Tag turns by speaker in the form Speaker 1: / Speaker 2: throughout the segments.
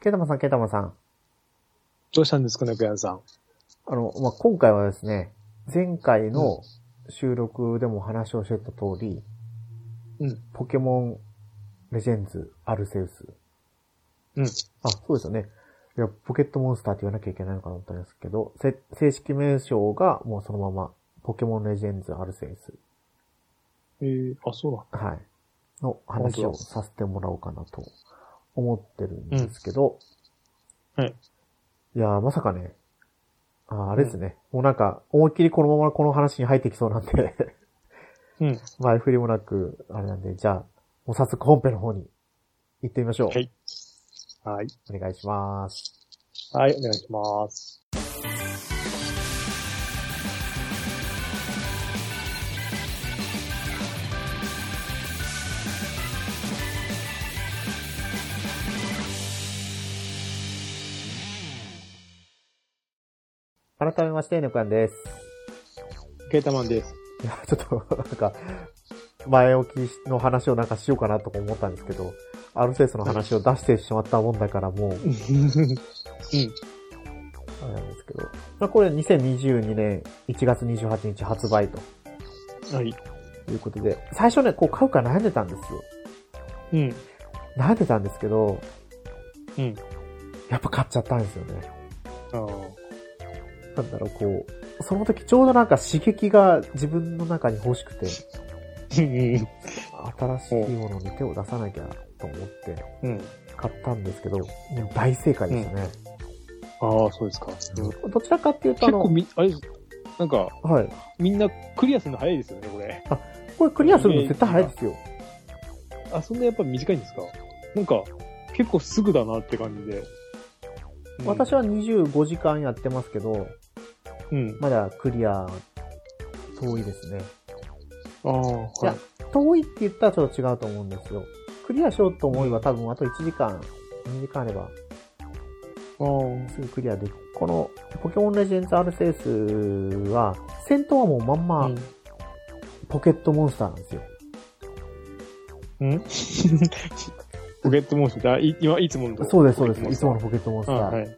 Speaker 1: ケータマンさん、ケータマンさん。
Speaker 2: どうしたんですかね、ペアンさん。
Speaker 1: あの、まあ、今回はですね、前回の収録でもお話をしてた通り、
Speaker 2: うん。
Speaker 1: ポケモンレジェンズ、アルセウス。
Speaker 2: うん。
Speaker 1: あ、そうですよね。いや、ポケットモンスターって言わなきゃいけないのかなと思ったんですけど、せ正式名称がもうそのまま、ポケモンレジェンズ、アルセウス。
Speaker 2: えー、あ、そうだ。
Speaker 1: はい。の話を
Speaker 2: 本当だ
Speaker 1: させてもらおうかなと思ってるんですけど。
Speaker 2: うんはい。
Speaker 1: いやー、まさかね、あーあれですね、もうなんか、思いっきりこのままこの話に入ってきそうなんで、
Speaker 2: うん。
Speaker 1: 前振りもなく、あれなんで、じゃあ、もう早速本編の方に行ってみましょう。
Speaker 2: はい。はい。
Speaker 1: お願いします。
Speaker 2: はい、お願いします。
Speaker 1: 改めまして、ぬくんです。
Speaker 2: ケータマンです。
Speaker 1: いや、ちょっと、なんか、前置きの話をなんかしようかなとか思ったんですけど、アルセウスの話を出してしまったもんだからもう、
Speaker 2: う
Speaker 1: あ
Speaker 2: ん。
Speaker 1: れなんですけど。まあ、これ2022年1月28日発売と
Speaker 2: はい。
Speaker 1: いうことで、最初ね、こう買うか悩んでたんですよ。
Speaker 2: うん。
Speaker 1: 悩んでたんですけど、
Speaker 2: うん。
Speaker 1: やっぱ買っちゃったんですよね。
Speaker 2: あー
Speaker 1: なんだろう、こう、その時ちょうどなんか刺激が自分の中に欲しくて、
Speaker 2: うん。
Speaker 1: 新しいものに手を出さなきゃと思って
Speaker 2: うん。
Speaker 1: 買ったんですけど、もう大正解でしたね。
Speaker 2: ああ、そうですか。うん
Speaker 1: どちらかっていうとあ
Speaker 2: 結構
Speaker 1: の、
Speaker 2: み、あれ、なんか、
Speaker 1: はい。
Speaker 2: みんなクリアするの早いですよね、これ。
Speaker 1: これクリアするの絶対早いですよ。
Speaker 2: あ、そんなやっぱ短いんですかなんか、結構すぐだなって感じで。うん
Speaker 1: 私は25時間やってますけど、
Speaker 2: うん。
Speaker 1: まだクリア遠いですね。
Speaker 2: ああ、はい
Speaker 1: や遠いって言ったらちょっと違うと思うんですよ。クリアしようと思えば多分あと1時間、2時間あれば
Speaker 2: あー
Speaker 1: すぐクリアできる。このポケモンレジェンズアルセウスは戦闘はもうまんまポケットモンスターなんですよ。
Speaker 2: うん。んポケットモンスターあ、い今、いつものと
Speaker 1: そうです、そうです。
Speaker 2: ポケ
Speaker 1: い
Speaker 2: ッ
Speaker 1: つ
Speaker 2: ト
Speaker 1: も
Speaker 2: モン
Speaker 1: のポケットモンス
Speaker 2: ス
Speaker 1: タ
Speaker 2: ター
Speaker 1: ー。
Speaker 2: あはい。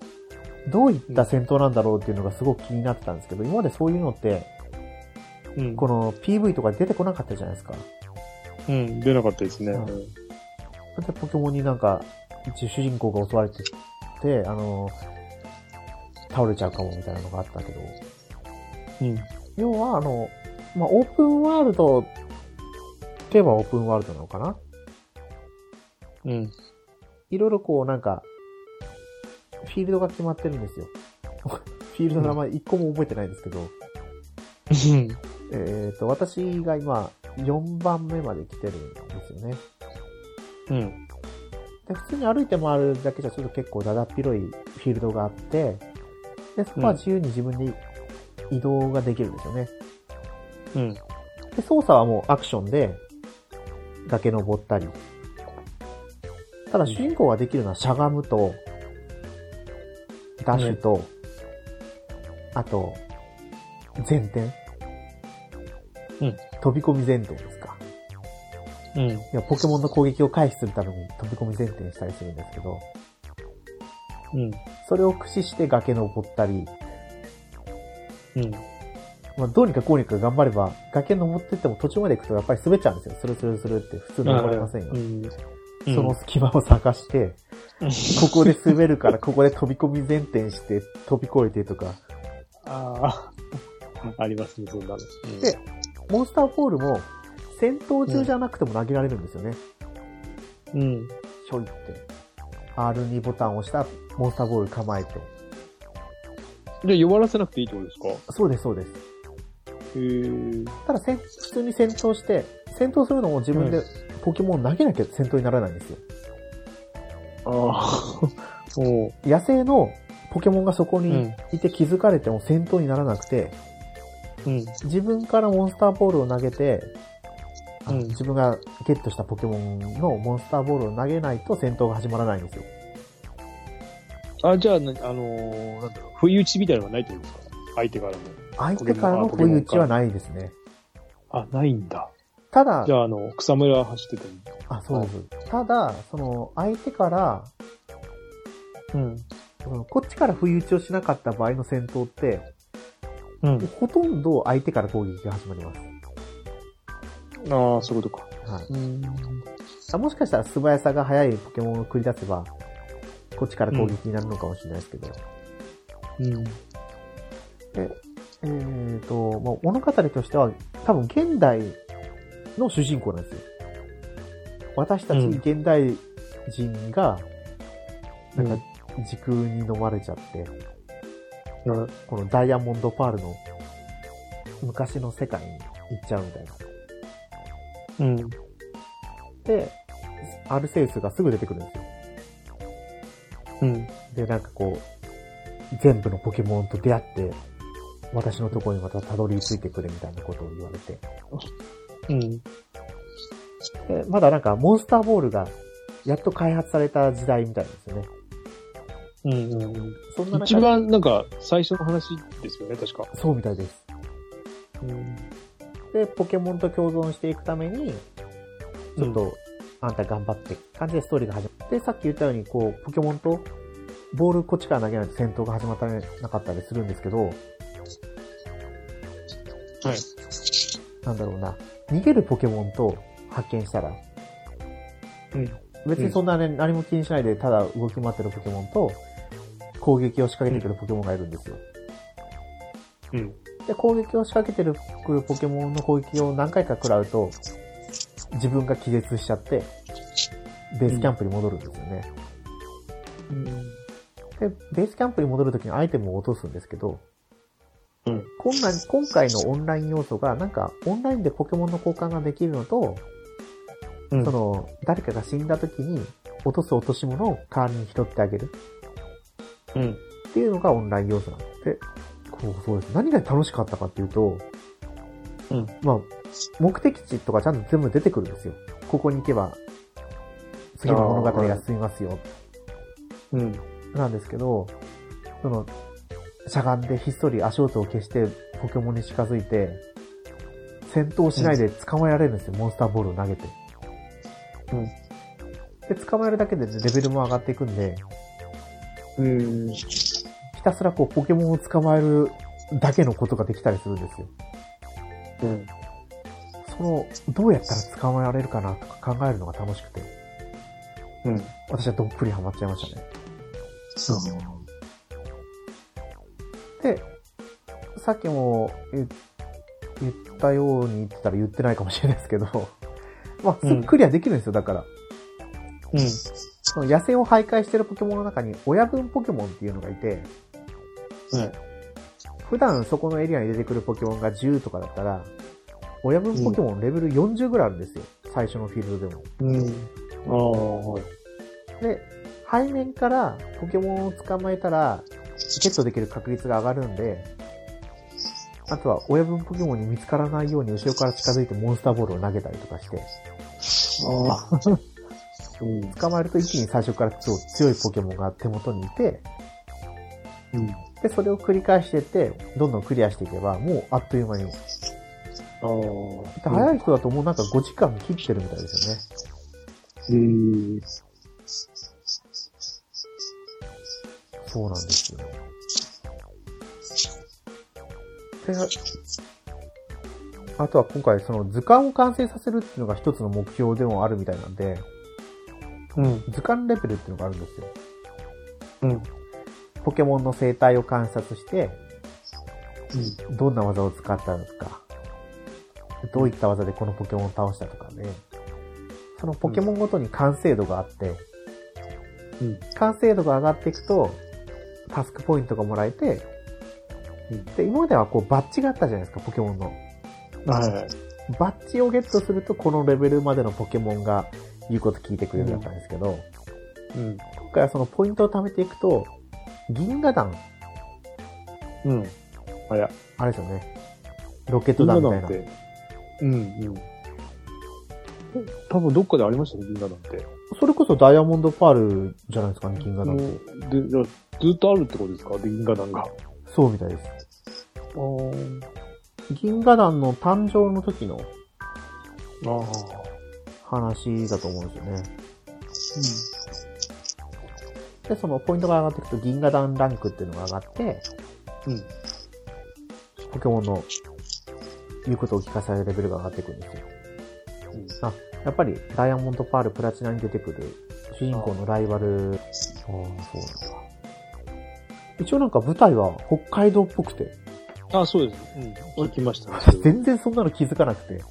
Speaker 1: どういった戦闘なんだろうっていうのがすごく気になってたんですけど、今までそういうのって、
Speaker 2: うん。
Speaker 1: この PV とか出てこなかったじゃないですか。
Speaker 2: うん、出なかったですね。
Speaker 1: うんだってポケモンになんか、一応主人公が襲われてて、あの、倒れちゃうかもみたいなのがあったけど、
Speaker 2: うん。
Speaker 1: 要は、あの、まあ、オープンワールドといえばオープンワールドなのかな
Speaker 2: うん。
Speaker 1: いろいろこう、なんか、フィールドが決まってるんですよ。 フィールドの名前一個も覚えてないんですけど、えっ、と、私が今、4番目まで来てるんですよね。
Speaker 2: うん。
Speaker 1: で普通に歩いて回るだけじゃちょっと結構だだっ広いフィールドがあって、で、そこは自由に自分で移動ができるんですよね。
Speaker 2: うん。
Speaker 1: で、操作はもうアクションで、崖登ったり。ただ主人公ができるのはしゃがむと、ダッシュと、あと、前転。
Speaker 2: うん
Speaker 1: 飛び込み前転ですか。
Speaker 2: うん。
Speaker 1: いや、ポケモンの攻撃を回避するために飛び込み前転したりするんですけど、
Speaker 2: うん。
Speaker 1: それを駆使して崖登ったり、
Speaker 2: うん。
Speaker 1: まあ、どうにかこうにか頑張れば、崖登ってっても途中まで行くとやっぱり滑っちゃうんですよ。スルスルスルって普通登れませんよ
Speaker 2: う。ん。
Speaker 1: その隙間を探して、
Speaker 2: うん
Speaker 1: ここで滑るから、ここで飛び込み前転して、飛び越えてとか。
Speaker 2: ああ、ありますね、そんなの。うん
Speaker 1: でモンスターボールも、戦闘中じゃなくても投げられるんですよね。
Speaker 2: うん。
Speaker 1: ひょいって。R2 ボタンを押したモンスターボール構えて。
Speaker 2: じゃあ、弱らせなくていいってことで
Speaker 1: そうです、そうです。
Speaker 2: すかへえ。
Speaker 1: ただせん、普通に戦闘して、戦闘するのも自分で
Speaker 2: うん
Speaker 1: ポケモンを投げなきゃ戦闘にならないんですよ。
Speaker 2: ああ、 お
Speaker 1: 野生のポケモンがそこ
Speaker 2: う
Speaker 1: に
Speaker 2: ん。
Speaker 1: いて気づかれても戦闘にならなくて、
Speaker 2: うん。
Speaker 1: 自分からモンスターボールを投げて、あの
Speaker 2: うん
Speaker 1: 自分がゲットしたポケモンのモンスターボールを投げないと戦闘が始まらないんですよ。
Speaker 2: あ、じゃあ、なあのー、なんだろう、不意打ちみたいなのがないってことですか相手からも。
Speaker 1: 相手からの不意打ちはないですね。
Speaker 2: あ、ないんだ。
Speaker 1: ただ
Speaker 2: じ、ゃあ、あの、草むら走ってても。
Speaker 1: あ、そうです。ただ、その、相手から、
Speaker 2: うん。
Speaker 1: うんこっちから不意打ちをしなかった場合の戦闘って、
Speaker 2: うん。
Speaker 1: ほとんど相手から攻撃が始まります。
Speaker 2: ああ、そういうことか。
Speaker 1: はい
Speaker 2: うん。
Speaker 1: あもしかしたら素早さが速いポケモンを繰り出せば、こっちから攻撃になるのかもしれないですけど。
Speaker 2: うん。
Speaker 1: えっ、と、まあ、物語としては、多分現代の主人公なんですよ。私たち
Speaker 2: うん
Speaker 1: 現代人が、な
Speaker 2: う
Speaker 1: んんか時空に飲まれちゃって、
Speaker 2: うん
Speaker 1: このダイヤモンドパールの昔の世界に行っちゃうみたいな。
Speaker 2: うん。
Speaker 1: で、アルセウスがすぐ出てくるんですよ。
Speaker 2: うん。
Speaker 1: で、なんかこう、全部のポケモンと出会って、私のところにまたたどり着いてくれみたいなことを言われて。
Speaker 2: うん。
Speaker 1: でまだなんかモンスターボールがやっと開発された時代みたいなんですよね。
Speaker 2: うん。うん。
Speaker 1: そんな
Speaker 2: 一
Speaker 1: 中で、
Speaker 2: 番なんか最初の話ですよね、確か。
Speaker 1: そうみたいです。
Speaker 2: うん。
Speaker 1: で、ポケモンと共存していくために、ちょっと、あんた頑張って感じでストーリーが始まって、さっき言ったように、こう、ポケモンと、ボールこっちから投げないと戦闘が始まったりなかったりするんですけど、
Speaker 2: はい。
Speaker 1: なんだろうな、逃げるポケモンと発見したら、
Speaker 2: うん。
Speaker 1: 別にそんなね、何も気にしないで、ただ動き回ってるポケモンと、攻撃を仕掛けてくるポケモンがいるんですよ。
Speaker 2: うん。
Speaker 1: で、攻撃を仕掛けてるくるポケモンの攻撃を何回か食らうと、自分が気絶しちゃって、ベースキャンプに戻るんですよね。
Speaker 2: うん。
Speaker 1: で、ベースキャンプに戻るときにアイテムを落とすんですけど、
Speaker 2: うん
Speaker 1: 今回今回のオンライン要素が、なんか、オンラインでポケモンの交換ができるのと、
Speaker 2: うん
Speaker 1: その、誰かが死んだときに、落とす落とし物を代わりに拾ってあげる。
Speaker 2: うん。
Speaker 1: っていうのがオンライン要素なんです。で、こうそうです。何が楽しかったかっていうと、
Speaker 2: うん
Speaker 1: まあ、目的地とかちゃんと全部出てくるんですよ。ここに行けば、次の物語が進みますよ。
Speaker 2: うん。
Speaker 1: なんですけど、その、しゃがんでひっそり足音を消してポケモンに近づいて、戦闘しないで捕まえられるんですよ。モンスターボールを投げて。
Speaker 2: うん
Speaker 1: で、捕まえるだけでレベルも上がっていくんで、
Speaker 2: うん。
Speaker 1: ひたすらこうポケモンを捕まえるだけのことができたりするんですよ。
Speaker 2: うん。
Speaker 1: その、どうやったら捕まえられるかなとか考えるのが楽しくて、
Speaker 2: うん。
Speaker 1: 私はどっぷりハマっちゃいましたね。
Speaker 2: そう。
Speaker 1: で、さっきも言言ったように言ってたら言ってないかもしれないですけど、まあ、すぐクリアできるんですよ、だから。
Speaker 2: うん。
Speaker 1: その野生を徘徊してるポケモンの中に親分ポケモンっていうのがいて、
Speaker 2: はい。
Speaker 1: 普段そこのエリアに出てくるポケモンが10とかだったら、親分ポケモンレベル40ぐらいあるんですよ。最初のフィールドでも。
Speaker 2: うん。ああ、はい。
Speaker 1: で、背面からポケモンを捕まえたら、ゲットできる確率が上がるんで、あとは親分ポケモンに見つからないように後ろから近づいてモンスターボールを投げたりとかして、
Speaker 2: ああ。うん。
Speaker 1: 捕まえると一気に最初から超強いポケモンが手元にいて、
Speaker 2: うん。
Speaker 1: で、それを繰り返してって、どんどんクリアしていけば、もうあっという間に。
Speaker 2: ああ。
Speaker 1: 早い人だともうなんか5時間切ってるみたいですよね。
Speaker 2: うん。
Speaker 1: そうなんですよ。であとは今回その図鑑を完成させるっていうのが一つの目標でもあるみたいなんで、
Speaker 2: うん。
Speaker 1: 図鑑レベルっていうのがあるんですよ。
Speaker 2: うん。
Speaker 1: ポケモンの生態を観察して、どんな技を使ったのか、どういった技でこのポケモンを倒したとかね、そのポケモンごとに完成度があって、
Speaker 2: うん。
Speaker 1: 完成度が上がっていくと、タスクポイントがもらえて、
Speaker 2: うん
Speaker 1: で、今まではこうバッジがあったじゃないですか、ポケモンの。
Speaker 2: はい。
Speaker 1: バッジをゲットすると、このレベルまでのポケモンが言うこと聞いてくれるようになったんですけど、
Speaker 2: うん。
Speaker 1: 今回はそのポイントを貯めていくと、銀河団、
Speaker 2: うん。早い。
Speaker 1: あれですよね。ロケット団みたいな。
Speaker 2: て。うん。うん。多分どっかでありましたね、銀河団って。
Speaker 1: それこそダイヤモンドパールじゃないですかね、銀河団って。
Speaker 2: で、じゃあずっとあるってことですかで、銀河団が。あ
Speaker 1: そうみたいです。
Speaker 2: あ。
Speaker 1: 銀河団の誕生の時の
Speaker 2: あ
Speaker 1: 話だと思うんですよね。で、そのポイントが上がっていくと銀河団ランクっていうのが上がって、
Speaker 2: うん。
Speaker 1: ポケモンの言うことを聞かされるレベルが上がっていくんですよ。
Speaker 2: うん
Speaker 1: やっぱりダイヤモンドパール、プラチナに出てくる主人公のライバル。そうそう一応なんか舞台は北海道っぽくて、
Speaker 2: あ、そうです。うん。聞きましたね。それ
Speaker 1: 全然そんなの気づかなくて、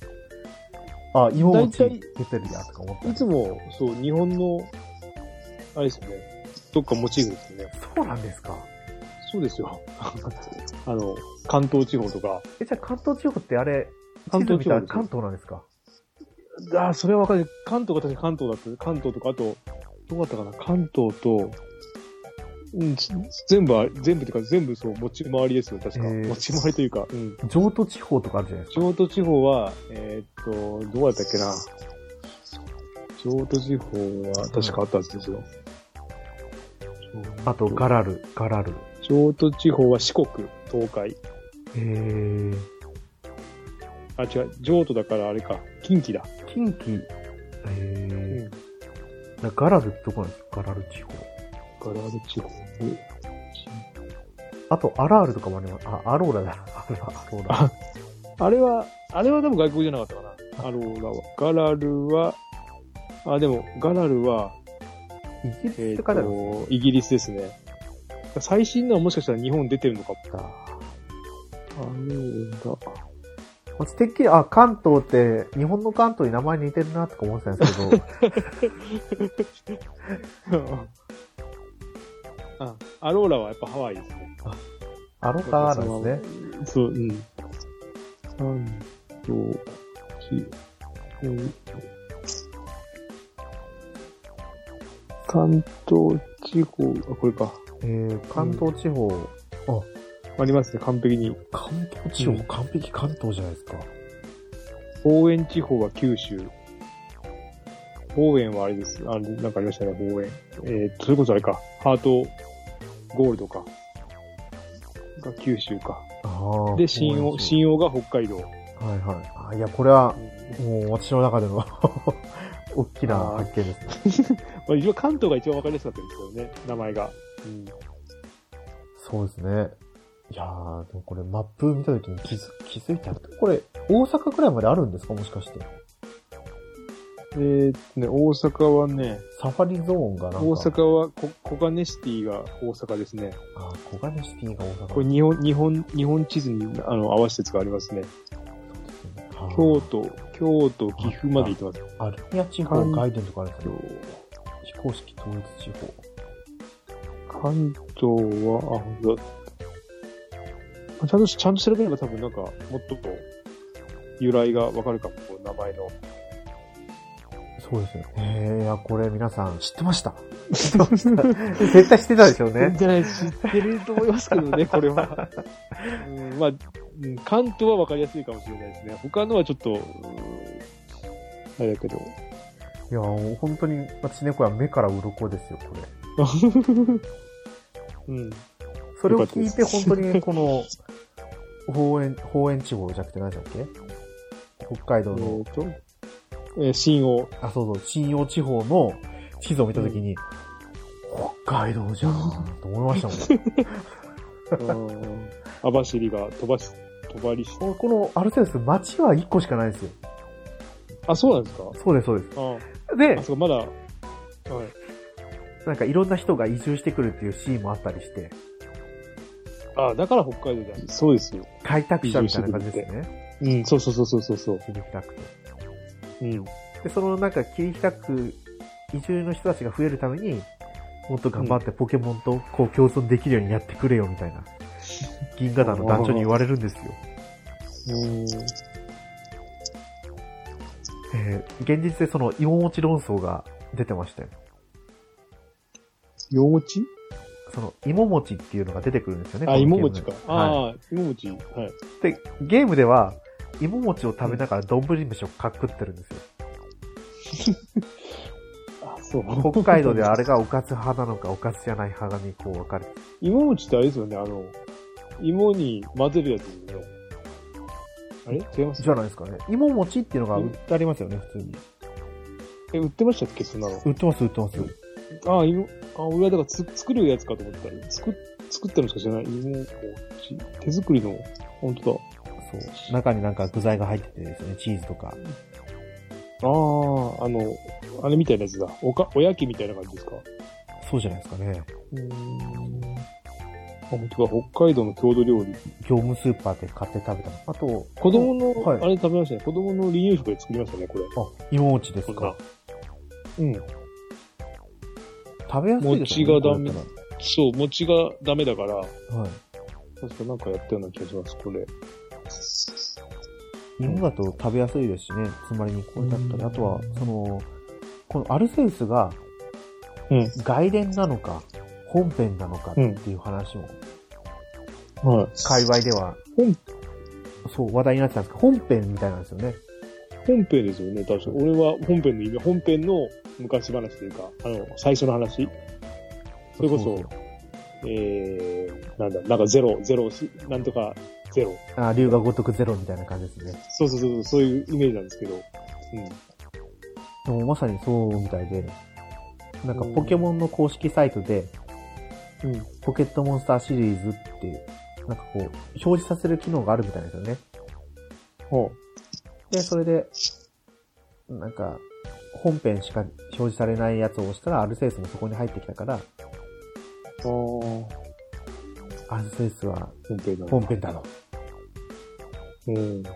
Speaker 1: あ、芋餅
Speaker 2: 大
Speaker 1: 出
Speaker 2: 体
Speaker 1: てるやとか思った。
Speaker 2: いつも、そう、日本の、あれですよね。どっかモチーフですよね。
Speaker 1: そうなんですか。
Speaker 2: そうですよ。 あの、関東地方とか。
Speaker 1: え、じゃあ関東地方ってあれ、
Speaker 2: 関東
Speaker 1: 地図
Speaker 2: 地方
Speaker 1: 見たら関東なんですか
Speaker 2: あーそれはわかる。関東が確か関東だったね。関東とか、あと、どうだったかな関東と、うん、つ全部あ、全部っていうか、全部そう、持ち回りですよ、確か。
Speaker 1: へー
Speaker 2: 持ち回りというか、うん。
Speaker 1: 上都地方とかあるじゃないです
Speaker 2: 京都地方は、えーっと、どうだったっけな京都地方は、確かあったんですよ。
Speaker 1: か。あと、ガラル、ガラル。
Speaker 2: 京都地方は四国、東海。
Speaker 1: えー、
Speaker 2: あ、違う、上都だからあれか、近畿だ。
Speaker 1: 近畿、え
Speaker 2: ん。
Speaker 1: ー、なガラルってどこなんですかガラル地方。
Speaker 2: ガラル地方。
Speaker 1: あと、アラールとかもあります。あ、アローラだ。あれはアローラ。
Speaker 2: ああれは、あれはでも外国じゃなかったかな。アローラは。ガラルは、あ、でも、ガラルは、
Speaker 1: イギリス
Speaker 2: え
Speaker 1: っ
Speaker 2: ー
Speaker 1: て書い
Speaker 2: っ
Speaker 1: てあるんで
Speaker 2: と、イギリスですね。最新のはもしかしたら日本出てるのかも。
Speaker 1: すか
Speaker 2: アローラ。
Speaker 1: まあてっきり、あ、関東って、日本の関東に名前似てるなとか思ってたんですけ ど、
Speaker 2: あ、アローラはやっぱハワイですね。
Speaker 1: アローラなんですね。
Speaker 2: ね。そう、うん。関東、き、うん関東地方、あ、これか。
Speaker 1: えー、関東地方、
Speaker 2: ありますね、完璧に。
Speaker 1: 関東
Speaker 2: 地方
Speaker 1: 完璧関東じゃないですか。
Speaker 2: 応援地方は九州。応援はあれです。あれ、なんかありましたね、応援。えー、それこそあれか。ハート、ゴールドか。が九州か。
Speaker 1: ああ。
Speaker 2: で、新王、新王が北海 道。
Speaker 1: はいはい。あいや、これは、もう私の中での、 大きな発見ですね。
Speaker 2: まあ、一応関東が一番わかりやすかったですけどね、名前が。うん。
Speaker 1: そうですね。いやー、でもこれマップ見たときに気づ気づいたこれ、大阪くらいまであるんですかもしかして。
Speaker 2: えー、ね、大阪はね、
Speaker 1: サファリゾーンがなんか。
Speaker 2: 大阪はこ、小金シティが大阪ですね。
Speaker 1: あー、小金シティが大阪。
Speaker 2: これ日本、日本、日本地図にあの合わせたやつがありますね。
Speaker 1: あー
Speaker 2: 京都、京都、岐阜まで行ってます。
Speaker 1: アルニア地方、外伝とかあるんですけど、非公式統一地方。
Speaker 2: 関東は、あ、ほんとだ。あちゃんと、ちゃんと調べれば多分なんか、もっとこう由来がわかるかも、こう名前の。
Speaker 1: そうですね。えー、いや、これ皆さん知ってました知ってました。 絶対知ってたでしょうね。
Speaker 2: じゃない、知ってると思いますけどね、これは。うん、まあ、うん関東は分かりやすいかもしれないですね。他のはちょっと、うんあれだけど。
Speaker 1: いや、もう本当に、私猫は目から鱗ですよ、これ。
Speaker 2: うん。
Speaker 1: それを聞いて
Speaker 2: よかったです
Speaker 1: 本当にこの、方園、方園地方じゃなくて何でしたっけ北海
Speaker 2: え
Speaker 1: 道の、
Speaker 2: ーと、えー新王。
Speaker 1: あ、そうそう、信用地方の地図を見たときに、北海道じゃん、と思いましたも
Speaker 2: うん網走が飛ばし、飛ばりし、
Speaker 1: ん。このアルセウス、町は1個しかないんですよ。
Speaker 2: あ、そうなんですか
Speaker 1: そうです、そうで
Speaker 2: あ
Speaker 1: す。で
Speaker 2: あ、、そう、まだ、はい。
Speaker 1: なんかいろんな人が移住してくるっていうシーンもあったりして、
Speaker 2: あ、だから北海道じゃん。そうですよ。
Speaker 1: 開拓者みたいな感じですね。
Speaker 2: うん、そうそうそうそうそうそう。
Speaker 1: 切り開くと。
Speaker 2: うん。
Speaker 1: で、そのなんか切り開く移住の人たちが増えるために、もっと頑張ってポケモンとこう共存できるようにやってくれよみたいな、銀河団の団長に言われるんですよ。
Speaker 2: うん。
Speaker 1: えー現実でその芋持ち論争が出てましたよ。
Speaker 2: 洋餅
Speaker 1: その芋持ちっていうのが出てくるんですよね。こ
Speaker 2: あ、
Speaker 1: の
Speaker 2: 芋餅か
Speaker 1: ゲーム。では
Speaker 2: ああ、芋餅。はい。
Speaker 1: い。で、ゲームでは、芋餅を食べながら丼飯をかっくってるんですよ。
Speaker 2: あ、そう。
Speaker 1: 北海道ではあれがおかず派なのか、おかずじゃない派にこう分かれて。
Speaker 2: 芋餅ってあれですよね、あの、芋に混ぜるやつですよね。あれ違います
Speaker 1: じゃないですかね。芋餅っていうのが売ってありますよね、普通に。
Speaker 2: え、売ってましたっけそんなの。
Speaker 1: 売ってます、売ってます。
Speaker 2: ああ、芋、ああ、俺はだからつ作るやつかと思ったら、作っ、作ったのしか知らない。芋餅。手作りの、本当だ。
Speaker 1: そう。中になんか具材が入っててですね、チーズとか。
Speaker 2: ああ、あの、あれみたいなやつだ。おか、おやきみたいな感じですか
Speaker 1: そうじゃないですかね。
Speaker 2: うーん。あ、本当だ。北海道の郷土料理。
Speaker 1: 業務スーパーで買って食べたの。あと、
Speaker 2: 子供の、
Speaker 1: はい
Speaker 2: あれ食べましたね。子供の離乳食で作りましたね、これ。
Speaker 1: あ、芋餅です
Speaker 2: こ
Speaker 1: か。
Speaker 2: んなうん。
Speaker 1: 食べやすいです
Speaker 2: 餅がダメ
Speaker 1: これだっ
Speaker 2: そう、餅がダメだから、
Speaker 1: たらはい。
Speaker 2: 確かなんかやったような気がします、これ。
Speaker 1: 芋だと食べやすいですしね、つまりにこれだった
Speaker 2: うん
Speaker 1: り、あとは、その、このアルセウスが
Speaker 2: うん。
Speaker 1: 外伝なのか、本編なのかっていう話も、
Speaker 2: はい。
Speaker 1: 界隈では、
Speaker 2: 本
Speaker 1: そう、話題になってたんですけど、本編みたいなんですよね。
Speaker 2: 本編ですよね、確か。俺は本編の意味、本編の昔話というか、あの、最初の話。それこそ、えー、なんだ、なんかゼロ、ゼロし、なんとかゼロ。
Speaker 1: そ。あ、竜が如くゼロみたいな感じですね。
Speaker 2: そうそうそうそう、そういうイメージなんですけど。
Speaker 1: でもまさにそうみたいで、なんかポケモンの公式サイトで、
Speaker 2: うん。うん。
Speaker 1: ポケットモンスターシリーズっていう、なんかこう、表示させる機能があるみたいなんですよね。
Speaker 2: ほ
Speaker 1: で、それで、なんか、本編しか表示されないやつを押したら、アルセウスもそこに入ってきたから、
Speaker 2: う。ああ。
Speaker 1: アルセウスは
Speaker 2: 本編だな。
Speaker 1: 本編だろ、って
Speaker 2: うん。
Speaker 1: 言っ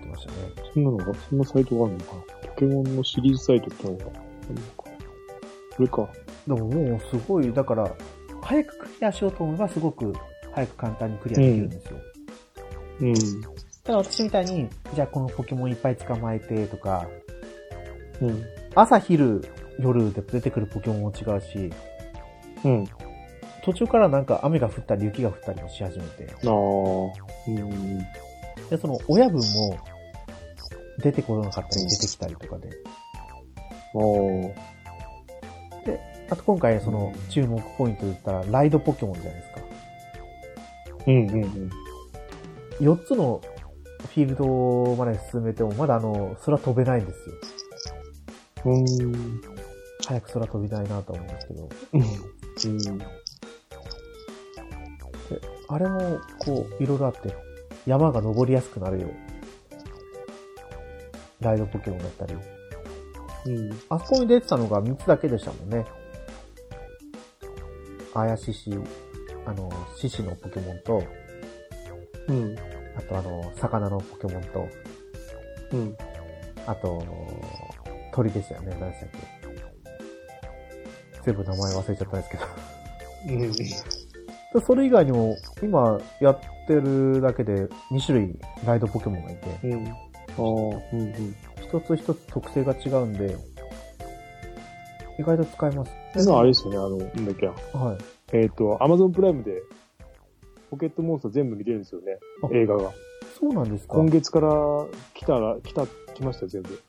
Speaker 1: てましたね。
Speaker 2: そんなのが、そんなサイトがあるのかな。ポケモンのシリーズサイトってのがあるのか。それか。
Speaker 1: でももうすごい、だから、早くクリアしようと思えばすごく早く簡単にクリアできるんですよ。
Speaker 2: うん。
Speaker 1: ただ私みたいに、じゃあこのポケモンいっぱい捕まえてとか、
Speaker 2: うん。
Speaker 1: 朝昼夜で出てくるポケモンも違うし、
Speaker 2: うん。
Speaker 1: 途中からなんか雨が降ったり雪が降ったりもし始めて、
Speaker 2: ああ。うん。
Speaker 1: で、その親分も出てこなかったり出てきたりとかで、
Speaker 2: ああ。
Speaker 1: あと今回その注目ポイントで言ったらライドポケモンじゃないですか。
Speaker 2: うんうんうん。
Speaker 1: 4つのフィールドまで進めてもまだあの、空飛べないんですよ。
Speaker 2: うん。
Speaker 1: 早く空飛びたいなと思うんですけど、
Speaker 2: うん。
Speaker 1: あれもこう、いろいろあって、山が登りやすくなるよう。ライドポケモンだったり。
Speaker 2: うん。
Speaker 1: あそこに出てたのが3つだけでしたもんね。怪しし、あの、獅子のポケモンと、
Speaker 2: うん。
Speaker 1: あとあの、魚のポケモンと、
Speaker 2: うん。
Speaker 1: あと、鳥でしたよね、何でしたっけ。全部名前忘れちゃったんですけ
Speaker 2: うん。
Speaker 1: ど。 それ以外にも、今やってるだけで2種類ライドポケモンがいて、
Speaker 2: うん。ああ。うん。うん。
Speaker 1: 一つ一つ特性が違うんで、意外と使えます。
Speaker 2: 今あれですよね、あの、なんだっけな。
Speaker 1: はい。
Speaker 2: えっ、と、アマゾンプライムで、ポケットモンスター全部見れるんですよね
Speaker 1: あ。
Speaker 2: 映画が。
Speaker 1: そうなんですか
Speaker 2: 今月から来たら、来た、来ましたよ、全部。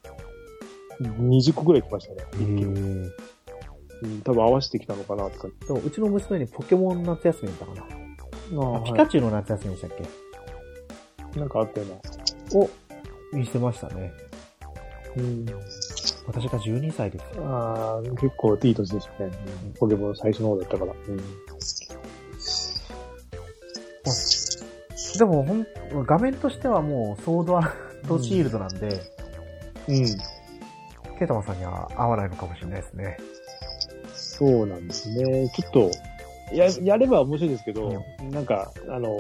Speaker 2: 20個ぐらい来ましたね。
Speaker 1: えー
Speaker 2: うん、多分合わせてきたのかなって感じ。
Speaker 1: でもうちの娘にポケモン夏休みだったかな。
Speaker 2: あ
Speaker 1: ピカチュウの夏休みでしたっ
Speaker 2: なんかあったよな。
Speaker 1: けを見せましたね。
Speaker 2: うん。
Speaker 1: 私が12歳ですよ。
Speaker 2: ああ、結構いい年でしたね。ポケモンの最初の方だったから。うん。
Speaker 1: でもほん、画面としてはもうソードアートシールドなんで、
Speaker 2: うん。
Speaker 1: ケイタマンさんには合わないのかもしれないですね。
Speaker 2: そうなんですね。ちょっと、や、やれば面白いですけど、なんか、あの、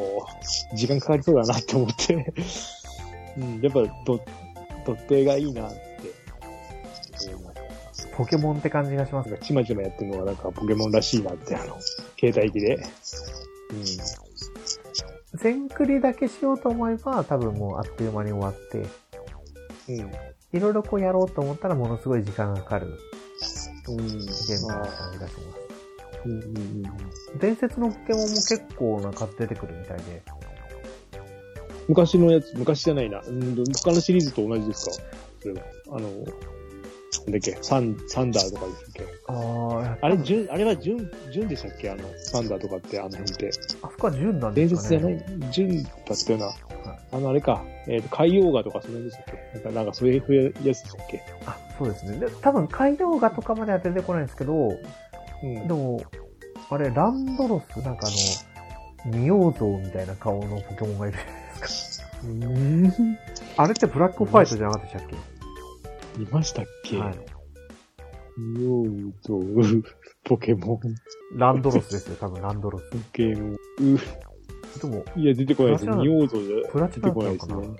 Speaker 2: 時間かかりそうだなって思って、うん、やっぱド、ドット絵がいいなって、
Speaker 1: ポケモンって感じがします
Speaker 2: なん
Speaker 1: ね。
Speaker 2: かちまちまやってるのがなんかポケモンらしいなって、あの、携帯機で。うん。
Speaker 1: 全クリだけしようと思えば、多分もうあっという間に終わって、いろいろこうやろうと思ったらものすごい時間がかかる
Speaker 2: うん。うん。
Speaker 1: ゲームな
Speaker 2: まあ
Speaker 1: 感じがします。
Speaker 2: うんうんうん
Speaker 1: 伝説のポケモンも結構な数出てくるみたいで、
Speaker 2: 昔のやつ、昔じゃないな。うん他のシリーズと同じですかそれは。あの、なんだっけ、サン、サンダーとかでしたっけ
Speaker 1: あ
Speaker 2: あれ、純、あれは純、純でしたっけあの、サンダーとかって、あの辺って。
Speaker 1: あそこは純なんで
Speaker 2: 伝
Speaker 1: す
Speaker 2: 説
Speaker 1: か
Speaker 2: じ
Speaker 1: ね。
Speaker 2: ゃない純だったような。あの、あれか。えっ、と、海洋画とかその辺でしたっけなんか、なんかそういうやつでしたっけ
Speaker 1: あ、そうですね。で、多分、海洋画とかまでは出てこないんですけど、
Speaker 2: うん
Speaker 1: で。も、あれ、ランドロス、なんかあの、仁王像みたいな顔のポケモンがいる。
Speaker 2: うん
Speaker 1: あれってブラックホワイトじゃなかったでしたっ
Speaker 2: いましたっけ
Speaker 1: けはい。
Speaker 2: 用意と、 ポケモン、
Speaker 1: ランドロスですよ、多分ランドロ
Speaker 2: ポケモン、
Speaker 1: ス。でも、
Speaker 2: いや、出てこないです。
Speaker 1: プラチナ
Speaker 2: 仁王像じ
Speaker 1: プラ
Speaker 2: ゃ
Speaker 1: チ
Speaker 2: 出
Speaker 1: ナだ
Speaker 2: てこ
Speaker 1: っ
Speaker 2: な
Speaker 1: たの
Speaker 2: いで
Speaker 1: か
Speaker 2: す
Speaker 1: な
Speaker 2: ね。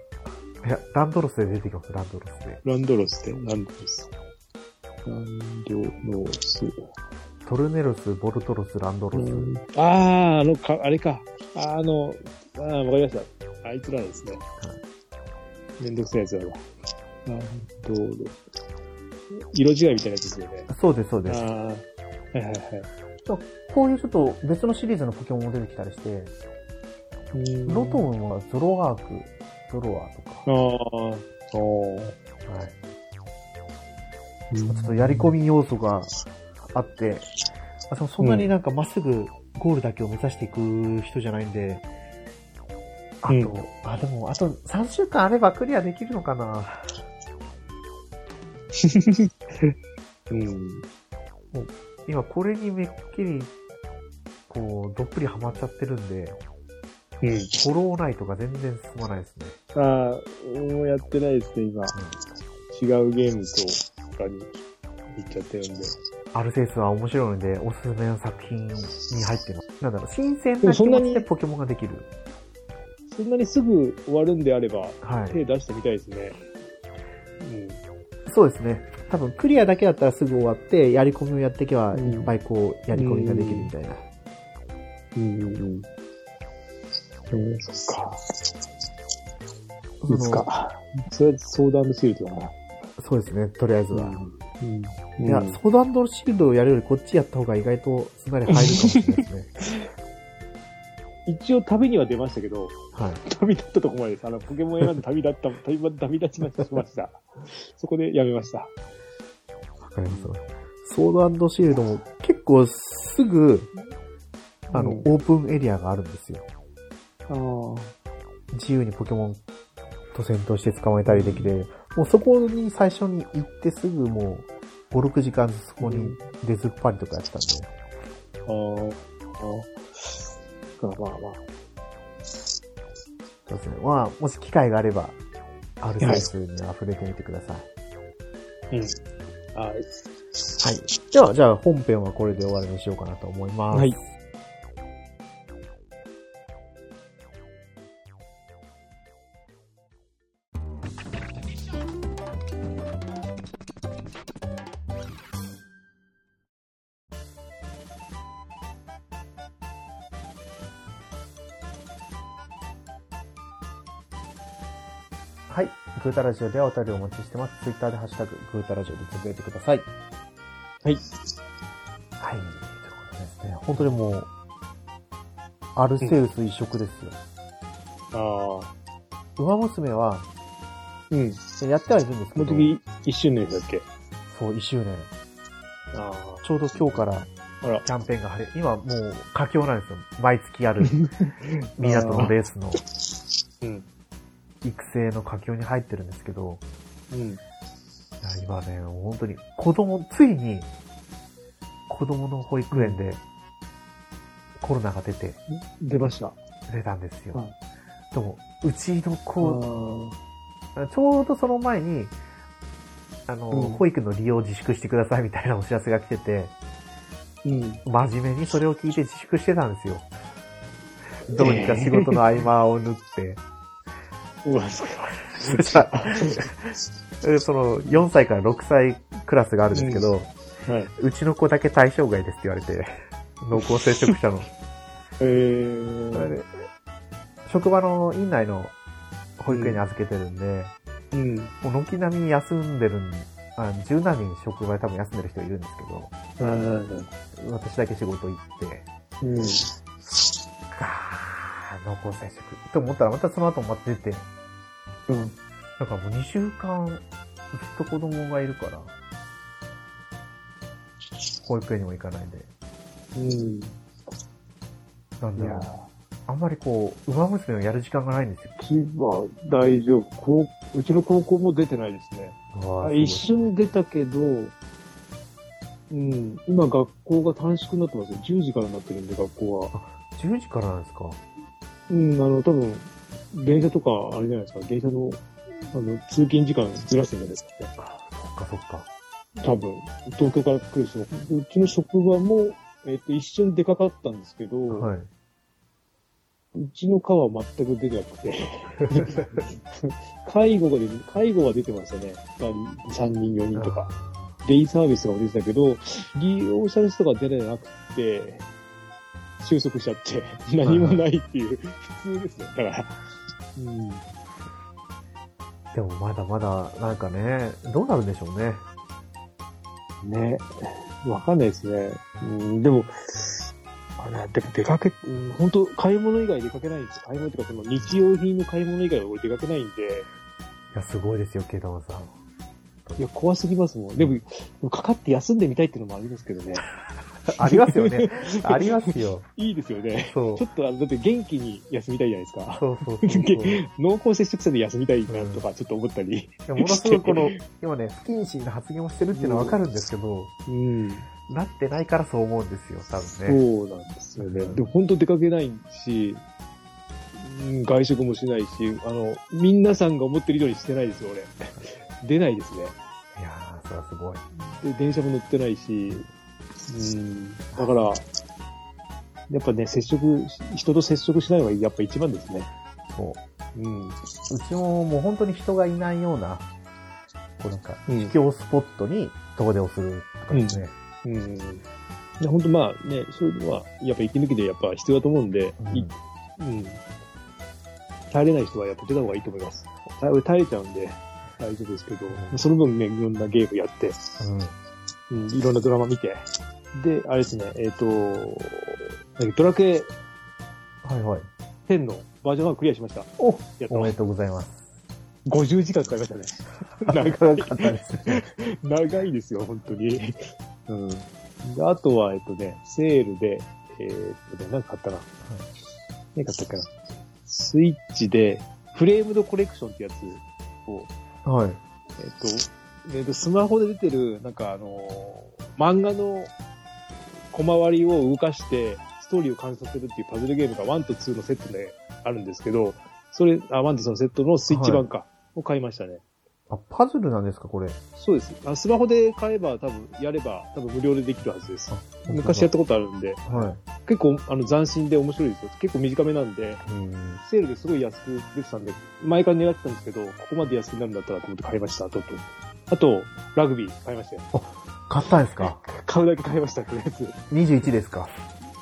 Speaker 1: いや、ランドロスで出てきます、ランドロスで。
Speaker 2: ランドロスって、ランドロス。ランドロス。
Speaker 1: トルネロス、ボルトロス、ランドロス。
Speaker 2: ああ、あの、か、あれか。ああの、ああ、わかりました。あいつらですね。めんどくさいやつだわ。ランドロ色違いみたいなやつですよね。
Speaker 1: そうです、そう
Speaker 2: あ
Speaker 1: で
Speaker 2: あ
Speaker 1: す。
Speaker 2: ー、はいはいはい。
Speaker 1: こういうちょっと別のシリーズのポケモンも出てきたりして、ロトムはゾロアーク、ゾロアとか、
Speaker 2: ああ、おー
Speaker 1: はい。
Speaker 2: ち
Speaker 1: ちょっとやり込み要素があって、あそそんなになんかまっすぐゴールだけを目指していく人じゃないんで、あと、
Speaker 2: うん
Speaker 1: あ、でもあと3週間あればクリアできるのかな
Speaker 2: うん。
Speaker 1: 今これにめっきり、こう、どっぷりハマっちゃってるんで、
Speaker 2: うん。
Speaker 1: フォローナイトが全然進まないですね。
Speaker 2: ああ、もうやってないですね、今。違うゲームとかに行っちゃってるんで。
Speaker 1: アルセウスは面白いので、おすすめの作品に入ってます。なんだろう、新鮮な気
Speaker 2: でもそんな
Speaker 1: 持ち
Speaker 2: に
Speaker 1: でポケモンができる。
Speaker 2: そんなにすぐ終わるんであれば、
Speaker 1: はい。
Speaker 2: 手出してみたいですね。うん。
Speaker 1: そうですね。多分クリアだけだったらすぐ終わって、やり込みをやっていけば、いっぱいこう、やり込みができるみたいな。
Speaker 2: うんうんうん。そっか。
Speaker 1: その
Speaker 2: いつか。それは相談シールドだな。
Speaker 1: そうですね、とりあえずは。
Speaker 2: うん。
Speaker 1: いや、
Speaker 2: うん
Speaker 1: ソードアンドシールドをやるよりこっちやった方が意外とすんなり入るかもしれないですね。
Speaker 2: 一応旅には出ましたけど、
Speaker 1: はい。
Speaker 2: 旅立ったとこまでです。あの、ポケモン選んで旅立った、旅旅立ちましたしました。そこでやめました。
Speaker 1: わかります。ソードアンドシールドも結構すぐ、あの、
Speaker 2: うん
Speaker 1: オープンエリアがあるんですよ。
Speaker 2: ああ。
Speaker 1: 自由にポケモンと戦闘して捕まえたりできて、もうそこに最初に行ってすぐもう、5、6時間そこに出ずっぱりとかやってたんで。
Speaker 2: あーあー。まあまあ。
Speaker 1: そうですね。まあ、もし機会があれば、アルサイスに溢れてみてください。
Speaker 2: はい。
Speaker 1: はい。では、じゃあ本編はこれで終わりにしようかなと思います。
Speaker 2: はい。
Speaker 1: はい。グータラジオではお便りをお待ちしてます。ツイッターでハッシュタグ、グータラジオでつぶやいてください。
Speaker 2: は
Speaker 1: はい。とい
Speaker 2: い。
Speaker 1: うことですね。本当にもう、アルセウス一色ですよ。
Speaker 2: ああ。
Speaker 1: ウマ娘は、
Speaker 2: うん。
Speaker 1: やってはいるんです
Speaker 2: こ
Speaker 1: け
Speaker 2: の
Speaker 1: ど、
Speaker 2: 時、一周年だっけ
Speaker 1: そう、1周年。
Speaker 2: あ
Speaker 1: ちょうど今日から
Speaker 2: あ。あら。
Speaker 1: キャンペーンが晴れ、今もう佳境なんですよ。毎月 ある港のレースの
Speaker 2: うん。
Speaker 1: 育成の佳境に入ってるんですけど、
Speaker 2: うん。
Speaker 1: いや今ね、本当に子供、ついに子供の保育園でコロナが出て、
Speaker 2: 出ました。あ
Speaker 1: 出たんですよ
Speaker 2: は。
Speaker 1: でも、うちの
Speaker 2: あ
Speaker 1: 子、ちょうどその前に、あの、
Speaker 2: うん
Speaker 1: 保育の利用を自粛してくださいみたいなお知らせが来てて、
Speaker 2: うん。
Speaker 1: 真面目にそれを聞いて自粛してたんですよ。どうにか仕事の合間を縫って。
Speaker 2: うわ、すごい。
Speaker 1: そしたら、えその、4歳から6歳クラスがあるんですけど、
Speaker 2: はい。
Speaker 1: うちの子だけ対象外ですって言われ て、濃厚接触者の。
Speaker 2: え
Speaker 1: それ
Speaker 2: ー
Speaker 1: で。職場の院内の保育園に預けてるんで、
Speaker 2: うん。
Speaker 1: もう軒並み休んでるん、あ十何人職場で多分休んでる人いるんですけ
Speaker 2: う
Speaker 1: ど、私だけ仕事行って、
Speaker 2: ん。
Speaker 1: あー、濃厚接触。と思ったらまたその後また出て、
Speaker 2: うん。
Speaker 1: なんかもう2週間ずっと子供がいるから、保育園にも行かないで。
Speaker 2: うん。
Speaker 1: なん
Speaker 2: い
Speaker 1: だ
Speaker 2: や
Speaker 1: ろう。あんまりこう、馬娘をやる時間がないんですよ。
Speaker 2: は大丈夫。こう、うちの高校も出てないですね。
Speaker 1: わー
Speaker 2: 一瞬出たけど、うん。今学校が短縮になってますよ。10時からになってるんで、学校は。
Speaker 1: 10時からなんですか
Speaker 2: うん、あの、多分、電車とか、あれじゃないですか、電車の、あの、通勤時間ずらしてるんじゃないですか、
Speaker 1: そっかそっか。
Speaker 2: 多分、東京から来る人。うちの職場も、えっ、と、一瞬出かかったんですけど、
Speaker 1: はい。
Speaker 2: うちの課は全く出てな くて、介護が出て、介護は出てましたね。2人3人、4人とか。デイサービスとかも出てたけど、利用者の人が出れなくて、収束しちゃ って、何もないっていう、普通ですよ。だから、うん。
Speaker 1: でもまだまだ、なんかね、どうなるんでしょうね。
Speaker 2: ね。わかんないですね。うん、でも、あれ、で出かけ、うん、本当買い物以外出かけないんですよ。買い物っていうか、その日用品の買い物以外は俺出かけないんで、
Speaker 1: いや、すごいですよ、ケイタマンさん。
Speaker 2: いや、怖すぎますもん。でも、でもかかって休んでみたいっていうのもありますけどね。
Speaker 1: ありますよね。 ありますよ。
Speaker 2: いいですよね。
Speaker 1: そう
Speaker 2: ちょ。っと、あのだって元気に休みたいじゃないですか。
Speaker 1: そうそうそうそう。 い
Speaker 2: 濃厚接触者で休みたいなとか、ちょっと思ったり。
Speaker 1: やものすごいこの、今ね、不謹慎な発言をしてるっていうのはわかるんですけど、
Speaker 2: うん。
Speaker 1: なってないからそう思うんですよ、多分ね。
Speaker 2: そうなんですよね。でも本当出かけないし、うん外食もしないし、あの、みんなさんが思ってる以上にしてないですよ、 俺。出ないです
Speaker 1: い
Speaker 2: ね。
Speaker 1: やー、それはすごい。
Speaker 2: で、電車も乗ってないし、うん、だから、やっぱね、接触し、人と接触しないのがやっぱ一番ですね。
Speaker 1: そう。
Speaker 2: うん。
Speaker 1: うちももう本当に人がいないような、こうなんか、
Speaker 2: うん
Speaker 1: 秘境スポットに遠出をするとかですね。
Speaker 2: うん。で本当まあね、そういうのは、やっぱ息抜きでやっぱ必要だと思うんで、
Speaker 1: うん
Speaker 2: いうん。耐えれない人はやっぱ出た方がいいと思います。耐え俺耐えちゃうんで、大丈夫ですけど、
Speaker 1: うん
Speaker 2: その分ね、いろんなゲームやって、
Speaker 1: うん
Speaker 2: うん、いろんなドラマ見て、で、あれですね、えっ、と、ドラクエ
Speaker 1: はいはい。
Speaker 2: 10のバージョン1クリアしました。
Speaker 1: お
Speaker 2: やった
Speaker 1: おめでとうございます。
Speaker 2: 50時間使いま したね。
Speaker 1: なかなかったですね。
Speaker 2: 長いですよ、本当に。うん。であとは、えっとね、セールで、えーっとね、なんか買ったな。何買ったっけな。スイッチで、フレームドコレクションってやつを、
Speaker 1: はい。
Speaker 2: えっと、えっと、スマホで出てる、なんかあのー漫画の小回りを動かして、ストーリーを感じさせるっていうパズルゲームが1と2のセットであるんですけど、それ、あ、1と2のセットのスイッチ版か、を買いましたね。
Speaker 1: あ、パズルなんですか、これ。
Speaker 2: そうです。あスマホで買えば、多分、やれば、多分無料でできるはずです
Speaker 1: あ。
Speaker 2: 昔やっ
Speaker 1: った
Speaker 2: ことあるんで、
Speaker 1: た。はい。
Speaker 2: 結構、あの、斬新で面白いですよ。結構短めなんで、
Speaker 1: うん
Speaker 2: セールですごい安く出てたんで、前から狙ってたんですけど、ここまで安くなるんだったらと思って買いました、ちょっと。あと、ラグビー買いましたよ。
Speaker 1: 買ったんですか
Speaker 2: 買うだけ買いました、とりあえず。
Speaker 1: ?21 ですか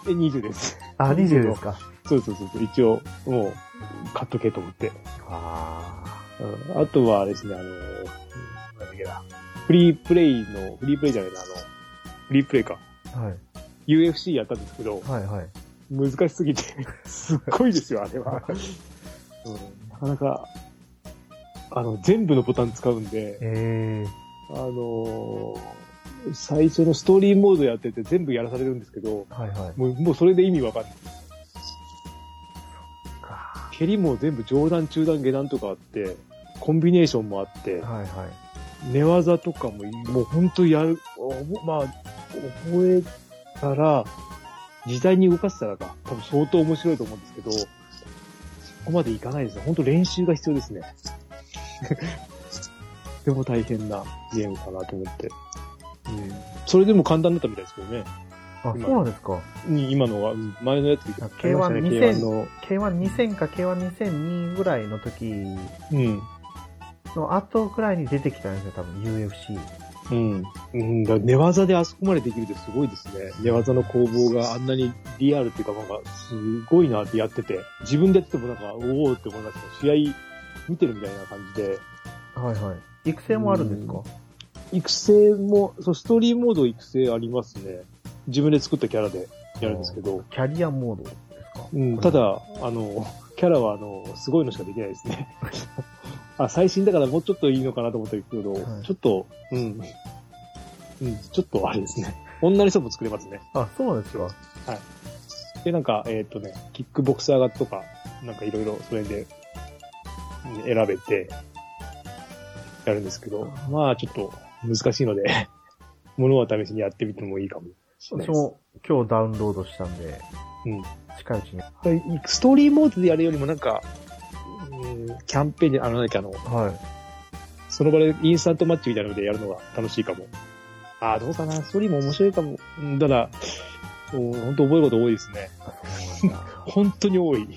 Speaker 2: え、20です。
Speaker 1: あ、20ですか
Speaker 2: そうそうそうそう。一応、もう、買っとけと思って。
Speaker 1: あ
Speaker 2: うん、あとはあれですね、あの、うんなんだっけな。フリープレイの、フリープレイじゃないな、あの、フリープレイか。
Speaker 1: ーはい。
Speaker 2: UFC やったんですけど、
Speaker 1: はいはい。
Speaker 2: 難しすぎて、すっごいですよ、あれは。うん、なかなか、あの、全部のボタン使うんで、
Speaker 1: え
Speaker 2: あのー最初のストーリーモードやってて全部やらされるんですけど、
Speaker 1: ー、はいはい。
Speaker 2: もうもうそれで意味わかんない。
Speaker 1: は
Speaker 2: 蹴りも全部上段、中段、下段とかあって、コンビネーションもあって
Speaker 1: い、はい。
Speaker 2: 寝技とかも、もう本当やる、おぼまあ、覚えたら、時代に動かせたらか、多分相当面白いと思うんですけど、そこまでいかないですね。本当練習が必要ですね。 とても大変なゲームかなと思って。うん。それでも簡単だったみたいですけどね。
Speaker 1: あ、そうなんですか
Speaker 2: に今のは、うん前のやつで
Speaker 1: あ
Speaker 2: 買いましたね
Speaker 1: K1
Speaker 2: K1 の。
Speaker 1: ?K12000 か K12002 ぐらいの時
Speaker 2: うん。
Speaker 1: の後ぐらいに出てきたんですよ、多分 UFC。
Speaker 2: うん。うん、だから寝技であそこまでできるってすごいですね。寝技の攻防があんなにリアルっていうか、なんか、すごいなってやってて、自分でやっててもなんか、おおって思いました。試合見てるみたいな感じで、
Speaker 1: はいはい。育成もあるんですか
Speaker 2: 育成も、そう、ストーリーモード育成ありますね。自分で作ったキャラでやるんですけど、
Speaker 1: キャリアモードですか
Speaker 2: うん、た、だ、あの、キャラはあの、すごいのしかできないですね。あ、最新だからもうちょっといいのかなと思ったけど、
Speaker 1: はい
Speaker 2: ちょっと、うん、うん、ちょっとあれですね。女の人も作れますね。
Speaker 1: あ、そうなんですか
Speaker 2: で、なんか、えっ、とね、キックボクサーがとか、なんかいろいろそれで、うん選べて、やるんですけど、まあちょっと難しいので、 ものは試しにやってみてもいいかもしれない
Speaker 1: 私
Speaker 2: です。
Speaker 1: も今日ダウンロードしたんで、
Speaker 2: うん
Speaker 1: 近いうちに。
Speaker 2: はいストーリーモードでやるよりもなんか、うんキャンペーンで、あの、なんかあの、
Speaker 1: はい。
Speaker 2: その場でインスタントマッチみたいなのでやるのが楽しいかも。ああ、どうかな。ストーリーも面白いかも。うんただ、お本当覚えること多いですね。 本当に多い。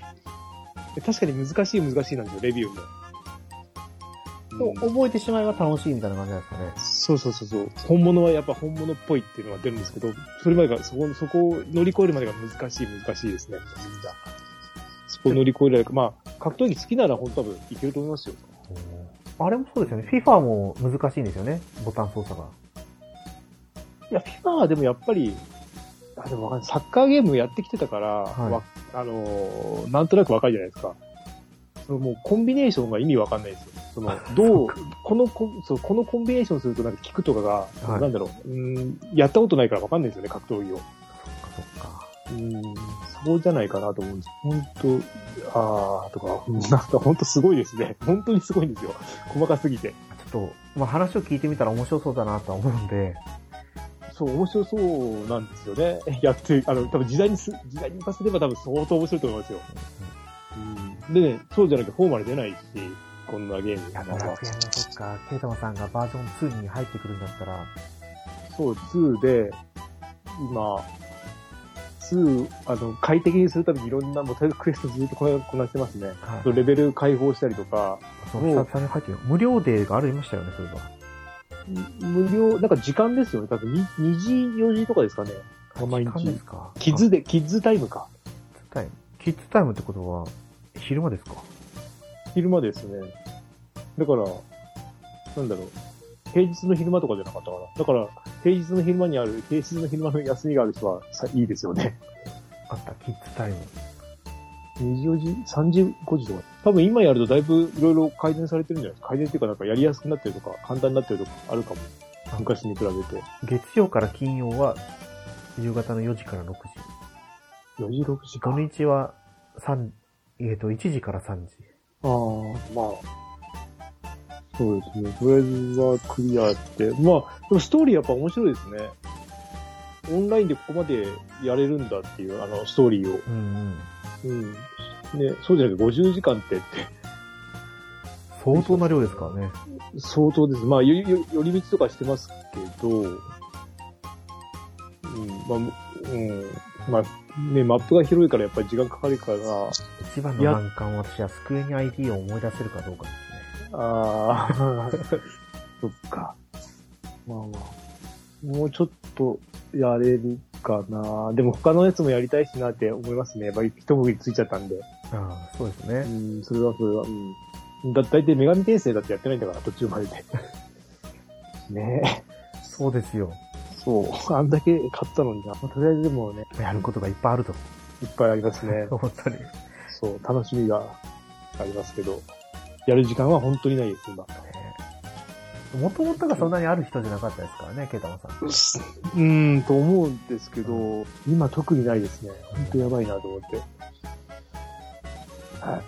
Speaker 2: 確かに難しい難しいなんですよ、レビューも。う
Speaker 1: と
Speaker 2: ん
Speaker 1: 覚えてしまえば楽しいみたいな感じなんですかね。
Speaker 2: そうそうそうそう。本物はやっぱ本物っぽいっていうのが出るんですけど、それまでが、そこ、そこを乗り越えるまでが難しい難しいですね。そこを乗り越えられるか。まあ、格闘技好きなら本当多分いけると思いますよ。
Speaker 1: あれもそうですよね。FIFA も難しいんですよね。ボタン操作が。
Speaker 2: いや、FIFA はでもやっぱり、あ、でもわかんない。サッカーゲームやってきてたから、
Speaker 1: はい
Speaker 2: わあのーなんとなくわかるじゃないですか。そのもうコンビネーションが意味わかんないですよ。その、 どう、このコン、そう、このコンビネーションするとなんか効くとかが、
Speaker 1: はい
Speaker 2: なんだろう、うん、やったことないからわかんないですよね、格闘技を。
Speaker 1: そっか。
Speaker 2: うん、そうじゃないかなと思うんです。本当、あーとか、 うんなんか本当すごいですね。本当にすごいんですよ。細かすぎて。
Speaker 1: ちょっと、まあ、話を聞いてみたら面白そうだなとは思うんで、
Speaker 2: そう、面白そうなんですよね。 やって、あの、多分時代にす、時代にさせれば多分相当面白いと思いますよ。うん、でね、そうじゃなきゃフォーマル出ないし、こんなゲーム。
Speaker 1: いや、ドラクエもそっか、ケイタマさんがバージョン2に入ってくるんだったら、
Speaker 2: そう、2で、今、2、あの、快適にするためにいろんな、もうとにかくクエストずっとこなこなしてますね。
Speaker 1: はい
Speaker 2: レベル解放したりとか、
Speaker 1: そう、久々に入ってる。無料デーがありましたよね、それが。
Speaker 2: 無料、なんか時間ですよね。多分 2, 2時、4時とかですかね。毎
Speaker 1: 時間で
Speaker 2: 日
Speaker 1: す。か
Speaker 2: キッズで、キッズタイムか。
Speaker 1: あキッズタイム。キッズタイムってことは、昼間ですか
Speaker 2: 昼間ですね。だから、なんだろう。平日の昼間とかじゃなかったかな。だから、平日の昼間にある、平日の昼間の休みがある人はさいいですよね。
Speaker 1: あった、キッズタイム。
Speaker 2: 2時、4時、3時、5時とか。多分今やるとだいぶいろいろ改善されてるんじゃないですか。改善っていうかなんかやりやすくなってるとか、簡単になってるとかあるかも。昔に比べて。
Speaker 1: 月曜から金曜は、夕方の4時から6時。
Speaker 2: 4時、6時
Speaker 1: 土
Speaker 2: か。
Speaker 1: 日は3、えっ、と、1時から3時。
Speaker 2: ああ、まあ。そうですね。とりあえずはクリアって。まあ、でもストーリーやっぱ面白いですね。オンラインでここまでやれるんだっていう、あの、ストーリーを。
Speaker 1: うんうん。
Speaker 2: うん。ね、そうじゃなくて50時間ってって、
Speaker 1: 相当な量ですからね。
Speaker 2: 相当です。まあ、より、よ寄り道とかしてますけど、うん、まあ、うん、まあ、ね、マップが広いからやっぱり時間かかるから、
Speaker 1: 一番の難関は私はスクエニ ID を思い出せるかどうかですね。
Speaker 2: ああ、 そっか。まあまあ。もうちょっとやれるかな。でも他のやつもやりたいしなって思いますね。やっぱり一区切りついちゃったんで。
Speaker 1: ああ、そうです
Speaker 2: う
Speaker 1: ね。
Speaker 2: ん、それはそれは。うん。だ、大体女神転生だってやってないんだから、途中までで。ね
Speaker 1: そうですよ。
Speaker 2: え。そう。あんだけ買ったのにな。まあとりあえずでもね、
Speaker 1: やることがいっぱいあると。。
Speaker 2: いっぱいありますね
Speaker 1: 本当に。
Speaker 2: そう、楽しみがありますけど。やる時間は本当にないです、今。
Speaker 1: もともとがそんなにある人じゃなかったですからね、ケイタマさん。
Speaker 2: うーん、と思うんですけど、今特にないですね。本当やばいなと思って。はい。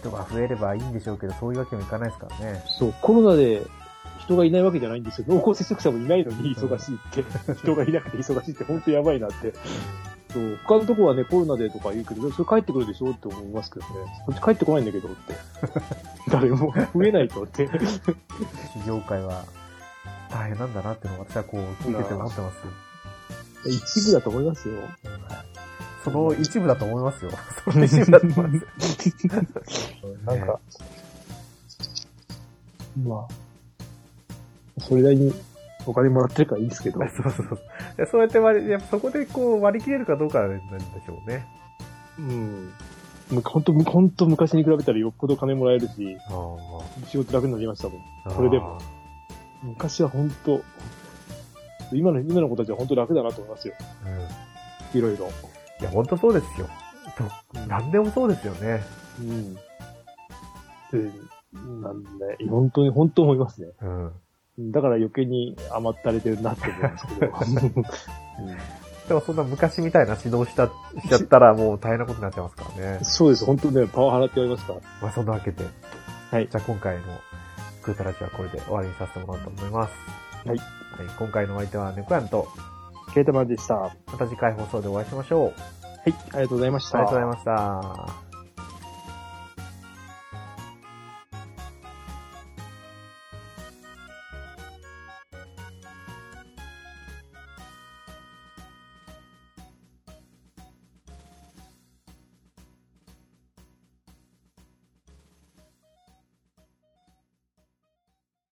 Speaker 1: 人が増えればいいんでしょうけど、そういうわけにもいかないですからね。
Speaker 2: そう、コロナで人がいないわけじゃないんですよ。濃厚接触者もいないのに忙しいって。人がいなくて忙しいって本当やばいなって。そう、他のとこはね、コロナでとか言うけど、それ帰ってくるでしょって思いますけどね。こっち帰ってこないんだけどって。誰も増えないとって。
Speaker 1: 企業界は大変なんだなっていうのを私はこう聞いてて思ってます。
Speaker 2: 一部だと思いますよ。
Speaker 1: その一部だと思いますよ。 その一部だと思います。
Speaker 2: なん か、まあ、それなりにお金もらってるからいいんですけど、
Speaker 1: そうそうそういや。そうやって割り、やっぱそこでこう割り切れるかどうかなんでしょうね。
Speaker 2: うん。本当、本当昔に比べたらよっぽど金もらえるし、仕事楽になりましたもん。それでも。昔は本当、今の、今の子たちは本当楽だなと思いますよ。
Speaker 1: うん。い
Speaker 2: いろいろ。
Speaker 1: や、ほんとそうですよ。何でもそうですよね。
Speaker 2: うん。うん。なんで、本当に、本当思いますね。
Speaker 1: うん。
Speaker 2: だから余計に甘ったれてるなって思うんですけど。 うん
Speaker 1: でもそんな昔みたいな指導した、しちゃったらもう大変なことになっちゃいますからね。
Speaker 2: そうです。本当ね、パワハラって言われますから。
Speaker 1: まあそんなわけで。
Speaker 2: はい
Speaker 1: じゃあ今回のグータラジオはこれで終わりにさせてもらおうと思います。
Speaker 2: は
Speaker 1: は
Speaker 2: い。
Speaker 1: い、今回のお相手はネコヤンと、
Speaker 2: ケータマンでした。は
Speaker 1: また次回放送でお会いしましょう。
Speaker 2: い、ありがとうございまし
Speaker 1: あ
Speaker 2: た。
Speaker 1: りがとうございました。